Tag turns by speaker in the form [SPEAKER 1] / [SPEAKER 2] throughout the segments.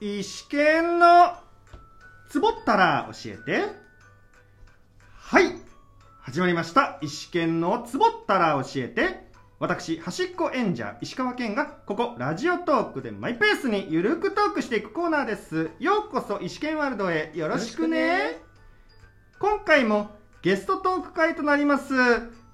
[SPEAKER 1] 石剣のつぼったら教えて。はい。始まりました。石剣のつぼったら教えて。私、端っこ演者、石川健が、ここ、ラジオトークでマイペースにゆるくトークしていくコーナーです。ようこそ、石剣ワールドへよろしく
[SPEAKER 2] よろし
[SPEAKER 1] ね。今回もゲストトーク会となります。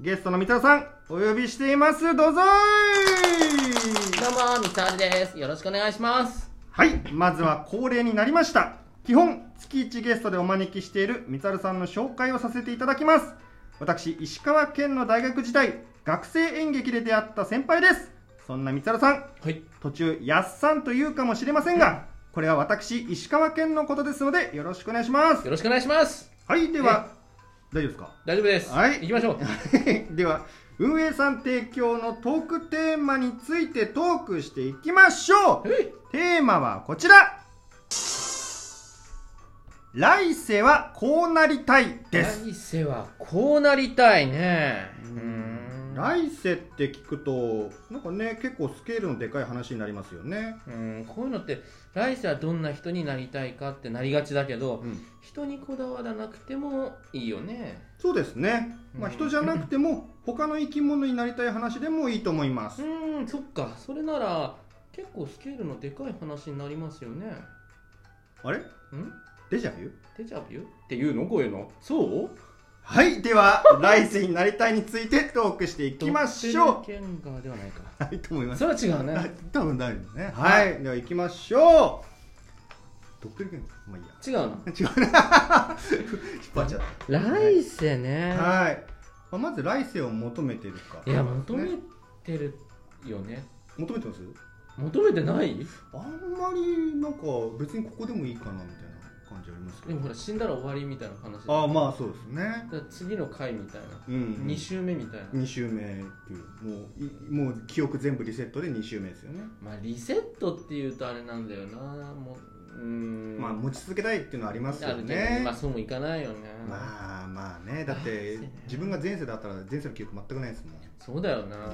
[SPEAKER 1] ゲストの三田さん、お呼びしています。どうぞー
[SPEAKER 2] どうも、三沢です。よろしくお願いします。
[SPEAKER 1] はい、まずは恒例になりました。基本、月1ゲストでお招きしているみつるさんの紹介をさせていただきます。私、石川県の大学時代、学生演劇で出会った先輩です。そんなみつるさん、
[SPEAKER 2] はい。
[SPEAKER 1] 途中、やっさんと言うかもしれませんが、これは私、石川県のことですので、よろしくお願いします。
[SPEAKER 2] よろしくお願いします。
[SPEAKER 1] はい、では、大丈夫ですか
[SPEAKER 2] 大丈夫です。
[SPEAKER 1] はい
[SPEAKER 2] 行きましょ う。
[SPEAKER 1] では運営さん提供のトークテーマについてトークしていきましょう
[SPEAKER 2] はい
[SPEAKER 1] テーマはこちら来世はこうなりたいです
[SPEAKER 2] 来世はこうなりたいね。うーん。
[SPEAKER 1] 来世って聞くとなんかね結構スケールのでかい話になりますよね、
[SPEAKER 2] うん、こういうのって、来世はどんな人になりたいかってなりがちだけど、
[SPEAKER 1] うん
[SPEAKER 2] 人にこだわらなくてもいいよね。
[SPEAKER 1] そうですね、まあ、
[SPEAKER 2] うん
[SPEAKER 1] 人じゃなくても他の生き物になりたい話でもいいと思います
[SPEAKER 2] うーん、そっか。それなら、結構スケールのでかい話になりますよね。
[SPEAKER 1] あれ
[SPEAKER 2] ん
[SPEAKER 1] デジャビュ
[SPEAKER 2] デジャビュっていうのこういうのそう
[SPEAKER 1] はいでは来世になりたいについてトークしていきましょう
[SPEAKER 2] ドッペルゲンガーではないか。
[SPEAKER 1] ないと思います。
[SPEAKER 2] それは違うね。
[SPEAKER 1] 多分ないよね。はい。では行きましょう。ドッペルゲンガーまあいいや。
[SPEAKER 2] 違 うな。
[SPEAKER 1] 違うな。引っ張っちゃっ
[SPEAKER 2] 来世ね、
[SPEAKER 1] た。はい。まあ、まず来世を求めてるか。
[SPEAKER 2] い、や求め
[SPEAKER 1] ね
[SPEAKER 2] てるよね
[SPEAKER 1] 求めてます
[SPEAKER 2] 求めてない
[SPEAKER 1] あんまり、なんか、別にここでもいいかな、みたいな感じありますけ
[SPEAKER 2] で
[SPEAKER 1] ど
[SPEAKER 2] もほ。ら死んだら終わりみたいな話
[SPEAKER 1] ああ、
[SPEAKER 2] あ
[SPEAKER 1] まあそうですね。
[SPEAKER 2] 次の回みたいな、
[SPEAKER 1] うん、うん。
[SPEAKER 2] 2週目みたいな、
[SPEAKER 1] 二週目っていう。もうい、もう記憶全部リセットで2週目ですよね。
[SPEAKER 2] まあリセットっていうとあれなんだよなもううーん
[SPEAKER 1] まあ、持ち続けたいっていうのはあります
[SPEAKER 2] あ
[SPEAKER 1] よ
[SPEAKER 2] るけど
[SPEAKER 1] ね。
[SPEAKER 2] まあそうもいかないよね、
[SPEAKER 1] まあまあねだっ
[SPEAKER 2] 来
[SPEAKER 1] て
[SPEAKER 2] 世ね
[SPEAKER 1] 自分が前世だったら前世の記憶全くないですもん、
[SPEAKER 2] そうだよな、
[SPEAKER 1] う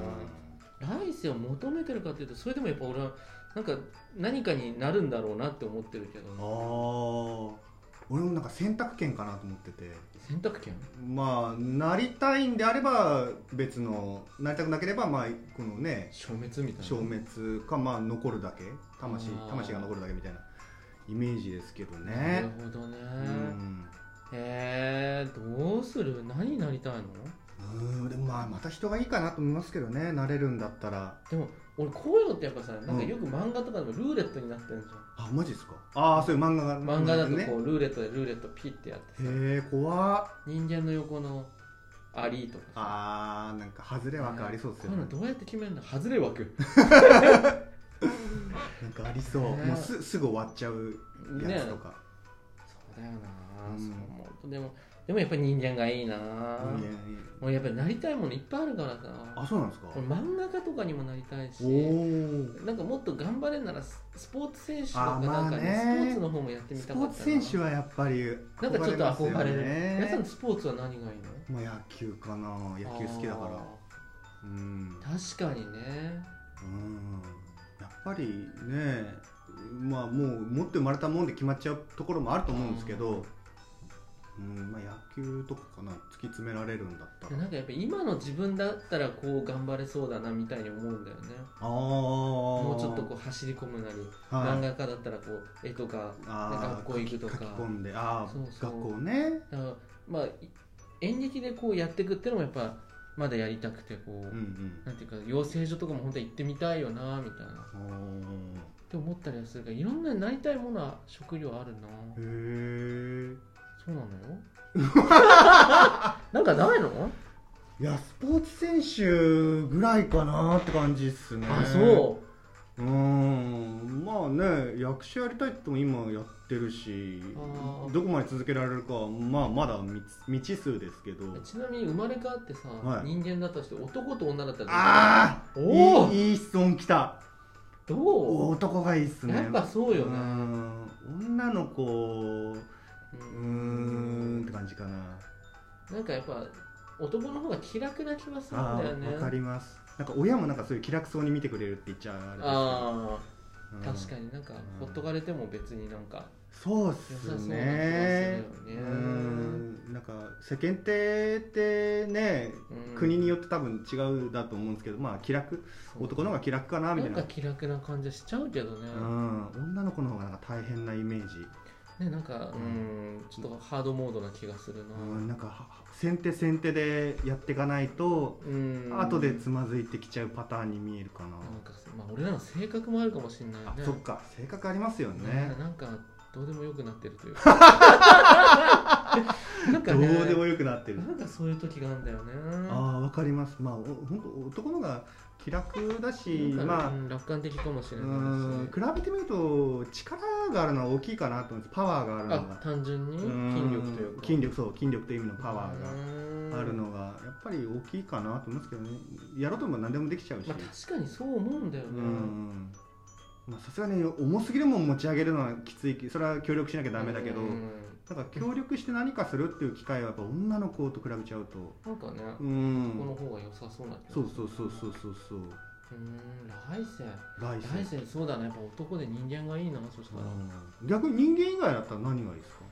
[SPEAKER 2] 来世を求めてるかっていうとそれでもやっぱ俺はなんか何かになるんだろうなって思ってるけ
[SPEAKER 1] ん、
[SPEAKER 2] ど
[SPEAKER 1] ああ俺もなんか選択権かなと思ってて
[SPEAKER 2] 選択権
[SPEAKER 1] まあなりたいんであれば別のなりたくなければまあこのね
[SPEAKER 2] 消滅みたいな
[SPEAKER 1] 消滅かまあ残るだけ魂
[SPEAKER 2] あー
[SPEAKER 1] 魂が残るだけみたいなイメージですけど
[SPEAKER 2] なる
[SPEAKER 1] ね
[SPEAKER 2] ほどね、
[SPEAKER 1] うん
[SPEAKER 2] えー、どうする何になりたいの
[SPEAKER 1] うんでもまあまた人がいいかなと思いますけどねなれるんだったら
[SPEAKER 2] でも俺こういうのってやっぱさなん
[SPEAKER 1] う
[SPEAKER 2] か
[SPEAKER 1] ん
[SPEAKER 2] よく漫画とかでもルーレットになってるじゃ
[SPEAKER 1] あマジですかああそういう漫画が
[SPEAKER 2] ん、漫画だと
[SPEAKER 1] ね
[SPEAKER 2] こうルーレットでルーレットピッてやってさ
[SPEAKER 1] へえ怖っ
[SPEAKER 2] 人間の横のアリとかさ
[SPEAKER 1] あーなんか外れ枠ありそうですよ
[SPEAKER 2] こうい
[SPEAKER 1] ね
[SPEAKER 2] うのどうやって決めるの外れ枠
[SPEAKER 1] なんかありそう、
[SPEAKER 2] ね
[SPEAKER 1] もうすすぐ終わっちゃうや
[SPEAKER 2] ね
[SPEAKER 1] つとか、
[SPEAKER 2] そうだよな、
[SPEAKER 1] うん
[SPEAKER 2] そう思うとでもでもやっぱり人間がいいな
[SPEAKER 1] 人間
[SPEAKER 2] もうやっぱりなりたいものいっぱいあるからさ
[SPEAKER 1] あそうなんですか
[SPEAKER 2] 俺漫画家とかにもなりたいし
[SPEAKER 1] おお
[SPEAKER 2] なんかもっと頑張れんならススポーツ選手と
[SPEAKER 1] あ
[SPEAKER 2] か
[SPEAKER 1] ーま
[SPEAKER 2] な
[SPEAKER 1] あ
[SPEAKER 2] んか、ね
[SPEAKER 1] ね
[SPEAKER 2] スポーツの方もやってみ
[SPEAKER 1] ス
[SPEAKER 2] た
[SPEAKER 1] ポ
[SPEAKER 2] か
[SPEAKER 1] ー
[SPEAKER 2] っ
[SPEAKER 1] ツ
[SPEAKER 2] た
[SPEAKER 1] 選手はやっぱり
[SPEAKER 2] なんかちょっと憧れる、皆さ
[SPEAKER 1] ね
[SPEAKER 2] んのスポーツは何がいいの
[SPEAKER 1] まあ野球かな野球好きだからうん
[SPEAKER 2] あー確かにね
[SPEAKER 1] うんやっぱりねまあもう持って生まれたもんで決まっちゃうところもあると思うんですけどうんまあ野球とかかな突き詰められるんだったら
[SPEAKER 2] なんかやっぱ今の自分だったらこう頑張れそうだなみたいに思うんだよね
[SPEAKER 1] ああも
[SPEAKER 2] もうちょっとこう走り込むなり、
[SPEAKER 1] う、はい
[SPEAKER 2] 漫画家だったらこう絵とか
[SPEAKER 1] あー
[SPEAKER 2] 学校行くとか
[SPEAKER 1] 書き込んでああ
[SPEAKER 2] そうそう
[SPEAKER 1] 学校ね
[SPEAKER 2] だからまあい演劇でこうやっていくってのもやっぱまだやりたくてこう、
[SPEAKER 1] うん
[SPEAKER 2] なんていうか養成所とかも本当は行ってみたいよなみたいなっ
[SPEAKER 1] うん
[SPEAKER 2] て思ったりはするからいろんななりたいものは職業あるな
[SPEAKER 1] おーへ
[SPEAKER 2] そうなのよ なんかないの
[SPEAKER 1] えいやスポーツ選手ぐらいかなって感じっすね
[SPEAKER 2] あそう
[SPEAKER 1] うんまあね役者やりたいっても今やってるし
[SPEAKER 2] あー
[SPEAKER 1] どこまで続けられるかはまあまだ未未知数ですけど
[SPEAKER 2] うちなみに生まれ変わってさ、
[SPEAKER 1] はい
[SPEAKER 2] 人間だったとして男と女だったら
[SPEAKER 1] ああ
[SPEAKER 2] おー
[SPEAKER 1] いいいい質問きた
[SPEAKER 2] どう
[SPEAKER 1] 男がいいっすね
[SPEAKER 2] やっぱそうよね
[SPEAKER 1] うん女の子
[SPEAKER 2] う
[SPEAKER 1] うーんって感じかな
[SPEAKER 2] なんかやっぱ男の方が気楽な気がするん
[SPEAKER 1] あ
[SPEAKER 2] だよ
[SPEAKER 1] ー
[SPEAKER 2] ね
[SPEAKER 1] わかりますなんか親もなんかそういう気楽そうに見てくれるって言っちゃあれですけど
[SPEAKER 2] あ確かになんか
[SPEAKER 1] うん
[SPEAKER 2] ほっとかれても別になんか
[SPEAKER 1] そうっ
[SPEAKER 2] 良さそうな
[SPEAKER 1] す
[SPEAKER 2] 気がするよ
[SPEAKER 1] ね
[SPEAKER 2] ね
[SPEAKER 1] うんなんか世間体ってね
[SPEAKER 2] うん
[SPEAKER 1] 国によって多分違うだと思うんですけどまあ気楽男の方が気楽かなみたい
[SPEAKER 2] な
[SPEAKER 1] なん
[SPEAKER 2] か気楽な感じはしちゃうけどね
[SPEAKER 1] うん、女の子の方がなんか大変なイメージ、
[SPEAKER 2] ねなんかうんちょっとハードモードな気がするな
[SPEAKER 1] うん、なんかは先手先手でやっていかないと
[SPEAKER 2] うん
[SPEAKER 1] 後でつまずいてきちゃうパターンに見えるかな、
[SPEAKER 2] なんかさまあ俺らの性格もあるかもしれない
[SPEAKER 1] あ
[SPEAKER 2] ね
[SPEAKER 1] そっか性格ありますよね
[SPEAKER 2] ねなんかどうでもよくなってるという かなんか
[SPEAKER 1] ど
[SPEAKER 2] ね
[SPEAKER 1] うでもよくなってる、
[SPEAKER 2] なんかそういう時があるんだよね
[SPEAKER 1] ああわかりますまあおほんと男の方が気楽だし
[SPEAKER 2] なんか
[SPEAKER 1] まあ
[SPEAKER 2] うん楽観的かもし
[SPEAKER 1] う
[SPEAKER 2] れないし
[SPEAKER 1] ん比べてみると力があるのは大きいかなと思うんですパワーがあるの
[SPEAKER 2] あ
[SPEAKER 1] が
[SPEAKER 2] 単純に
[SPEAKER 1] うん
[SPEAKER 2] 筋力というか
[SPEAKER 1] 筋力そう筋力という意味のパワーが
[SPEAKER 2] が
[SPEAKER 1] あるのがやっぱり大きいかなと思うんですけどねやろうとも何でもできちゃうし、
[SPEAKER 2] まあ、確かにそう思うんだよ
[SPEAKER 1] う
[SPEAKER 2] ね、
[SPEAKER 1] んまあさすがに重すぎるもん持ち上げるのはきついそれは協力しなきゃダメだけど、
[SPEAKER 2] うん
[SPEAKER 1] なんか協力して何かするっていう機会はやっぱ女の子と比べちゃうと
[SPEAKER 2] なんかね、
[SPEAKER 1] う
[SPEAKER 2] この
[SPEAKER 1] ん
[SPEAKER 2] 方が良さそうな気がす
[SPEAKER 1] そ
[SPEAKER 2] る
[SPEAKER 1] うそうそうそうそうそう
[SPEAKER 2] うん来世
[SPEAKER 1] 来世
[SPEAKER 2] 来世そうだねやっぱ男で人間がいいなそしたら、
[SPEAKER 1] うん逆に人間以外だったら何がいいですか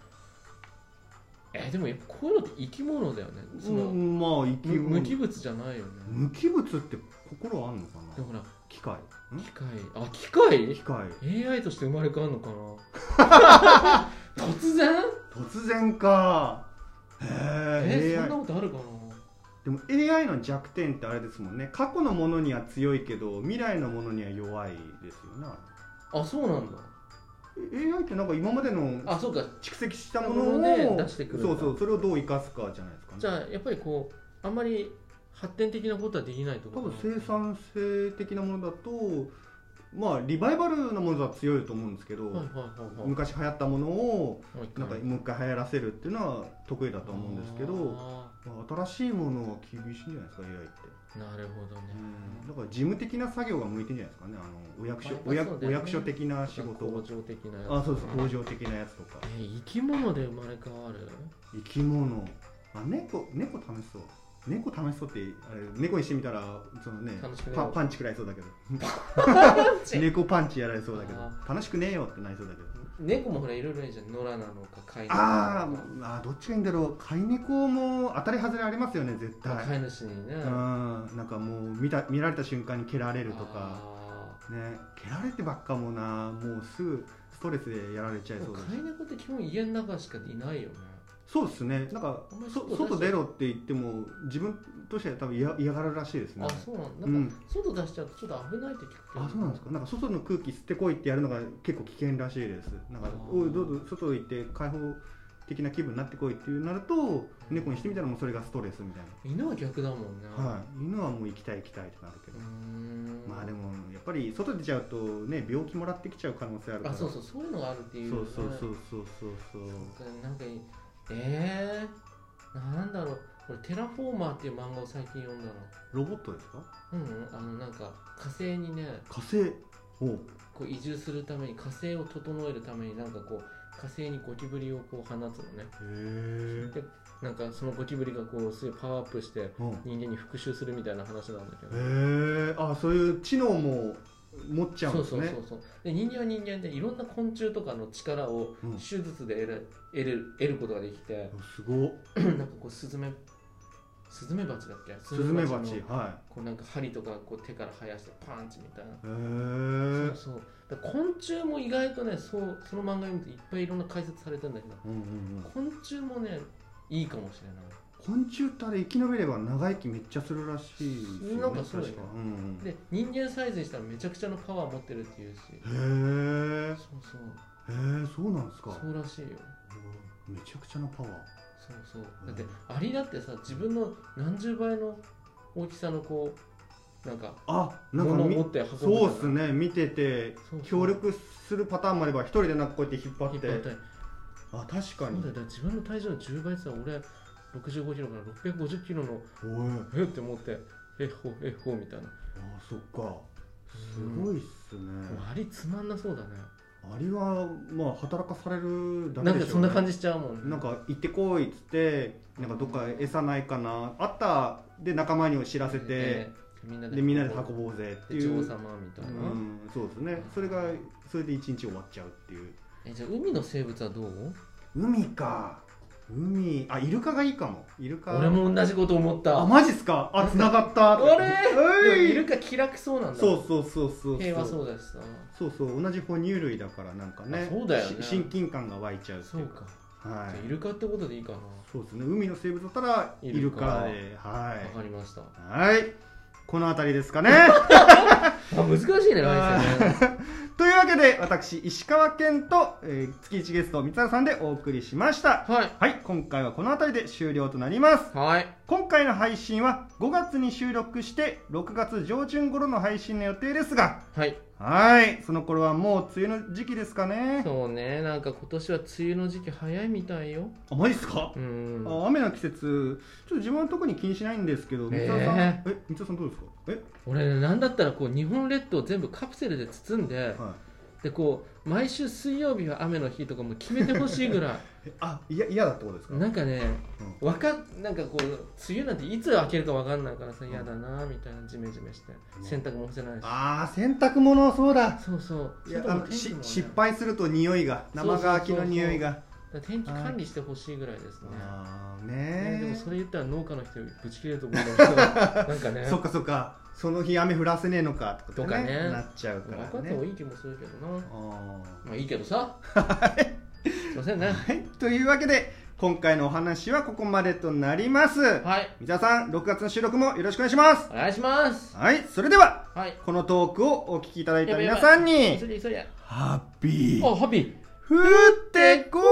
[SPEAKER 2] えでもやっぱこういうのって生き物だよねその、
[SPEAKER 1] うんまあ生き
[SPEAKER 2] む
[SPEAKER 1] 物
[SPEAKER 2] 無機物じゃないよね、
[SPEAKER 1] 無機物って心あんのか
[SPEAKER 2] で
[SPEAKER 1] な
[SPEAKER 2] もほら
[SPEAKER 1] 機械
[SPEAKER 2] 機械あ機
[SPEAKER 1] 機
[SPEAKER 2] 械
[SPEAKER 1] 械
[SPEAKER 2] AI として生まれ変わるのかな 突然
[SPEAKER 1] 突然かへ
[SPEAKER 2] え
[SPEAKER 1] え
[SPEAKER 2] そんなことあるかな
[SPEAKER 1] でも AI の弱点ってあれですもんね過去のものには強いけど未来のものには弱いですよね
[SPEAKER 2] あそうなんだ
[SPEAKER 1] え AI ってなんか今までの
[SPEAKER 2] あそうか
[SPEAKER 1] 蓄積したもの
[SPEAKER 2] も
[SPEAKER 1] を
[SPEAKER 2] ので出してくるんだ
[SPEAKER 1] そうそうそれをどう生かすかじゃないですかね
[SPEAKER 2] じゃあやっぱりこうあんまり発展的なことはできないってこ
[SPEAKER 1] 多
[SPEAKER 2] と
[SPEAKER 1] 分生産性的なものだとまあリバイバルなものは強いと思うんですけど、
[SPEAKER 2] はいはいはいはい
[SPEAKER 1] 昔流行ったものを
[SPEAKER 2] もう一回
[SPEAKER 1] なんかもう一回流行らせるっていうのは得意だと思うんですけど、
[SPEAKER 2] あ
[SPEAKER 1] まあ、新しいものは厳しいんじゃないですか AI って。
[SPEAKER 2] ーなるほどね
[SPEAKER 1] うんだから事務的な作業が向いてんじゃないですかねあのお役所、
[SPEAKER 2] まあ
[SPEAKER 1] お
[SPEAKER 2] そう
[SPEAKER 1] 役
[SPEAKER 2] だ
[SPEAKER 1] お
[SPEAKER 2] よね
[SPEAKER 1] 役所的な仕
[SPEAKER 2] なんか
[SPEAKER 1] 事
[SPEAKER 2] 工
[SPEAKER 1] を
[SPEAKER 2] 場的なやつ
[SPEAKER 1] あそうそう工場的なやつとか
[SPEAKER 2] えー生き物で生まれ変わる
[SPEAKER 1] 生き物あ猫猫試しそう猫試しそうってあれ猫にしてみたらそのね
[SPEAKER 2] 楽しくねえよ
[SPEAKER 1] パパンチ食らいそうだけど猫パンチやられそうだけど
[SPEAKER 2] あ
[SPEAKER 1] 楽しくねえよってなりそうだけど
[SPEAKER 2] 猫もほらいろいろいるじゃん野良なのか飼い主
[SPEAKER 1] あ
[SPEAKER 2] な
[SPEAKER 1] ー
[SPEAKER 2] のか
[SPEAKER 1] あーどっちがいいんだろう飼い猫も当たり外れありますよね絶対、
[SPEAKER 2] 飼い主にね
[SPEAKER 1] うんなんかもう見た見られた瞬間に蹴られるとか
[SPEAKER 2] あ
[SPEAKER 1] ね蹴られてばっかもなもうすぐストレスでやられちゃ
[SPEAKER 2] ー
[SPEAKER 1] い
[SPEAKER 2] で
[SPEAKER 1] そう
[SPEAKER 2] も
[SPEAKER 1] だ
[SPEAKER 2] 飼
[SPEAKER 1] し
[SPEAKER 2] い猫って基本家の中しかいないよね
[SPEAKER 1] そうですねなんか
[SPEAKER 2] あんまり
[SPEAKER 1] そ
[SPEAKER 2] 外出しちゃう
[SPEAKER 1] 外出ろって言っても自分としては多分嫌嫌がるらしいですね
[SPEAKER 2] あそうなんだ
[SPEAKER 1] う
[SPEAKER 2] なん
[SPEAKER 1] ん
[SPEAKER 2] か外出しちゃうとちょっと危ないって聞くけど
[SPEAKER 1] あそうなんですかなんか外の空気吸ってこいってやるのが結構危険らしいですなんか
[SPEAKER 2] あー
[SPEAKER 1] おいどうぞ外行って開放的な気分になってこいってなると猫にしてみたらもうそれがストレスみたい
[SPEAKER 2] 犬は逆だもんね
[SPEAKER 1] な、はい、犬はもう行きたい行きたいってなるけ
[SPEAKER 2] う
[SPEAKER 1] ど
[SPEAKER 2] ー、ん
[SPEAKER 1] まあでもやっぱり外出ちゃうとね病気もらってきちゃう可能性あるから
[SPEAKER 2] あそうそううそういうのがあるっていう
[SPEAKER 1] そ
[SPEAKER 2] よ
[SPEAKER 1] う
[SPEAKER 2] ね
[SPEAKER 1] そうそうそうそうそう
[SPEAKER 2] そっかなんかえー、なんだろう俺テラフォーマーっていう漫画を最近読んだの
[SPEAKER 1] ロボットですか
[SPEAKER 2] うんうんあのなんか火星にね
[SPEAKER 1] 火星お
[SPEAKER 2] こう移住するために火星を整えるためになんかこう火星にゴキブリをこう放つのね
[SPEAKER 1] へ
[SPEAKER 2] でなんかそのゴキブリがこうすごいパワーアップして
[SPEAKER 1] うんへ
[SPEAKER 2] 人間に復讐するみたいな話なんだけど
[SPEAKER 1] えあそういう知能も持っちゃうん
[SPEAKER 2] そう
[SPEAKER 1] です
[SPEAKER 2] そ
[SPEAKER 1] ね
[SPEAKER 2] うそうそうで人間は人間でいろんな昆虫とかの力を
[SPEAKER 1] うん
[SPEAKER 2] 手術で得る得る得ることができて
[SPEAKER 1] すごっ
[SPEAKER 2] なんかこうスズメスズメバチだっけ
[SPEAKER 1] スズメバ
[SPEAKER 2] の
[SPEAKER 1] チは
[SPEAKER 2] こうなんか針とかこう手から生やしてパンチみたいな、
[SPEAKER 1] いへえ
[SPEAKER 2] そうそうだから昆虫も意外とねそうその漫画読むといっぱいいろんな解説されてんだけど
[SPEAKER 1] うんうんうん
[SPEAKER 2] 昆虫もねいいかもしれない
[SPEAKER 1] 昆虫ってあれ生き延びれば長生きめっちゃするらしいですよね
[SPEAKER 2] なんかそう
[SPEAKER 1] 確
[SPEAKER 2] だよね
[SPEAKER 1] かうん
[SPEAKER 2] で人間サイズにしたらめちゃくちゃのパワー持ってるっていうし
[SPEAKER 1] うんへえ
[SPEAKER 2] そうそう
[SPEAKER 1] へえそうなんですか
[SPEAKER 2] そうらしいよ
[SPEAKER 1] うんめちゃくちゃなパワー
[SPEAKER 2] そうそうだってアリだってさ自分の何十倍の大きさのこうなんか
[SPEAKER 1] あなんか
[SPEAKER 2] 物を
[SPEAKER 1] み
[SPEAKER 2] 持って運ぶ
[SPEAKER 1] そうっ
[SPEAKER 2] じ
[SPEAKER 1] す
[SPEAKER 2] ゃない
[SPEAKER 1] ね見てて
[SPEAKER 2] そうそう
[SPEAKER 1] 協力するパターンもあれば一人でなんかこうやって引っ張っ
[SPEAKER 2] 引って張ったり
[SPEAKER 1] あ確か
[SPEAKER 2] そう
[SPEAKER 1] に
[SPEAKER 2] だよだから自分の体重の10倍ってさ俺65キロから650キロの
[SPEAKER 1] おい
[SPEAKER 2] えって思ってえっほえっほみたい
[SPEAKER 1] あ
[SPEAKER 2] な
[SPEAKER 1] そっかすごいっすね、
[SPEAKER 2] アリつまんなそうだね
[SPEAKER 1] アリはまあ働かされるだ
[SPEAKER 2] な
[SPEAKER 1] け
[SPEAKER 2] ん
[SPEAKER 1] で
[SPEAKER 2] か
[SPEAKER 1] し
[SPEAKER 2] そ
[SPEAKER 1] ょ、
[SPEAKER 2] ん
[SPEAKER 1] ね、
[SPEAKER 2] な感じしちゃうもんね
[SPEAKER 1] なんか行ってこいっつってなんかどっか餌ないかなあったで仲間にも知らせて、
[SPEAKER 2] えみんなで
[SPEAKER 1] でみんなで運ぼうぜって
[SPEAKER 2] で
[SPEAKER 1] い
[SPEAKER 2] 女王
[SPEAKER 1] う、
[SPEAKER 2] 様みたいな、
[SPEAKER 1] うん、そうですねそれがそれで一日終わっちゃうっていう
[SPEAKER 2] えじゃあ海の生物はどう
[SPEAKER 1] 海か海あイルカがいいかもイルカ
[SPEAKER 2] 俺も同じこと思った
[SPEAKER 1] あマジっすかあ繋がった
[SPEAKER 2] あれ
[SPEAKER 1] うい
[SPEAKER 2] いるか気楽そうなんだ
[SPEAKER 1] そうそうそうそう
[SPEAKER 2] 平和
[SPEAKER 1] う
[SPEAKER 2] そうだしさ
[SPEAKER 1] そうそう同じ哺乳類だからなんかね
[SPEAKER 2] あそうだよね
[SPEAKER 1] し親近感が湧いちゃうって
[SPEAKER 2] そ
[SPEAKER 1] いうう
[SPEAKER 2] か、
[SPEAKER 1] かは
[SPEAKER 2] じゃあ
[SPEAKER 1] い
[SPEAKER 2] イルカってことでいいかなわ、
[SPEAKER 1] そうですね海の生物だったらイ
[SPEAKER 2] イ
[SPEAKER 1] ル
[SPEAKER 2] ルカ
[SPEAKER 1] カではい
[SPEAKER 2] かりました
[SPEAKER 1] はいこの辺りです かね
[SPEAKER 2] あ難しいね
[SPEAKER 1] あ
[SPEAKER 2] 来
[SPEAKER 1] ー
[SPEAKER 2] 世ね
[SPEAKER 1] というわけで私石川健と、えー月1ゲスト三原さんでお送りしました
[SPEAKER 2] はい
[SPEAKER 1] はい今回はこの辺りで終了となります
[SPEAKER 2] はい
[SPEAKER 1] 今回の配信は5月に収録して6月上旬頃の配信の予定ですが
[SPEAKER 2] はい
[SPEAKER 1] はいその頃はもう梅雨の時期ですかね
[SPEAKER 2] そうねなんか今年は梅雨の時期早いみたいよ
[SPEAKER 1] あマジですか
[SPEAKER 2] う、ん
[SPEAKER 1] あ雨の季節ちょっと自分は特に気にしないんですけど三田さん、
[SPEAKER 2] え
[SPEAKER 1] え三田さんどうですかえ
[SPEAKER 2] 俺ねなんだったらこう日本列島を全部カプセルで包んで
[SPEAKER 1] は
[SPEAKER 2] でこう毎週水曜日は雨の日とかも決めてほしいぐらい
[SPEAKER 1] いえあいや嫌だってことですか
[SPEAKER 2] なんかねわかなんかこう梅雨なんていつ明けるかわかんないからさ嫌だなみたいなジメジメして洗濯も干せないし
[SPEAKER 1] あー洗濯物そうだ
[SPEAKER 2] そうそう
[SPEAKER 1] いや
[SPEAKER 2] 外
[SPEAKER 1] あ
[SPEAKER 2] の
[SPEAKER 1] の
[SPEAKER 2] 天気
[SPEAKER 1] し
[SPEAKER 2] もね
[SPEAKER 1] 失敗すると匂いが生乾きの匂いが
[SPEAKER 2] だから天気管理してほしいぐらいですね
[SPEAKER 1] あー
[SPEAKER 2] ね
[SPEAKER 1] ね
[SPEAKER 2] で
[SPEAKER 1] え
[SPEAKER 2] もそれ言ったら農家の人ぶち切れると思うんだけどなんかね
[SPEAKER 1] そっかそっかその日雨降らせねえのかとか,、ね
[SPEAKER 2] とかね
[SPEAKER 1] なっちゃうから
[SPEAKER 2] 分かった
[SPEAKER 1] ね
[SPEAKER 2] 方がいい気もするけどな
[SPEAKER 1] あー
[SPEAKER 2] まあいいけどさすいませんね
[SPEAKER 1] はい、というわけで今回のお話はここまでとなります
[SPEAKER 2] はい
[SPEAKER 1] 三沢さん6月の収録もよろしくお願いします
[SPEAKER 2] お願いします
[SPEAKER 1] はいそれでは
[SPEAKER 2] はい
[SPEAKER 1] このトークをお聞きいただいた皆さん
[SPEAKER 2] 急い
[SPEAKER 1] に
[SPEAKER 2] で急いで
[SPEAKER 1] ハッピ
[SPEAKER 2] あハッピー
[SPEAKER 1] 降ってこー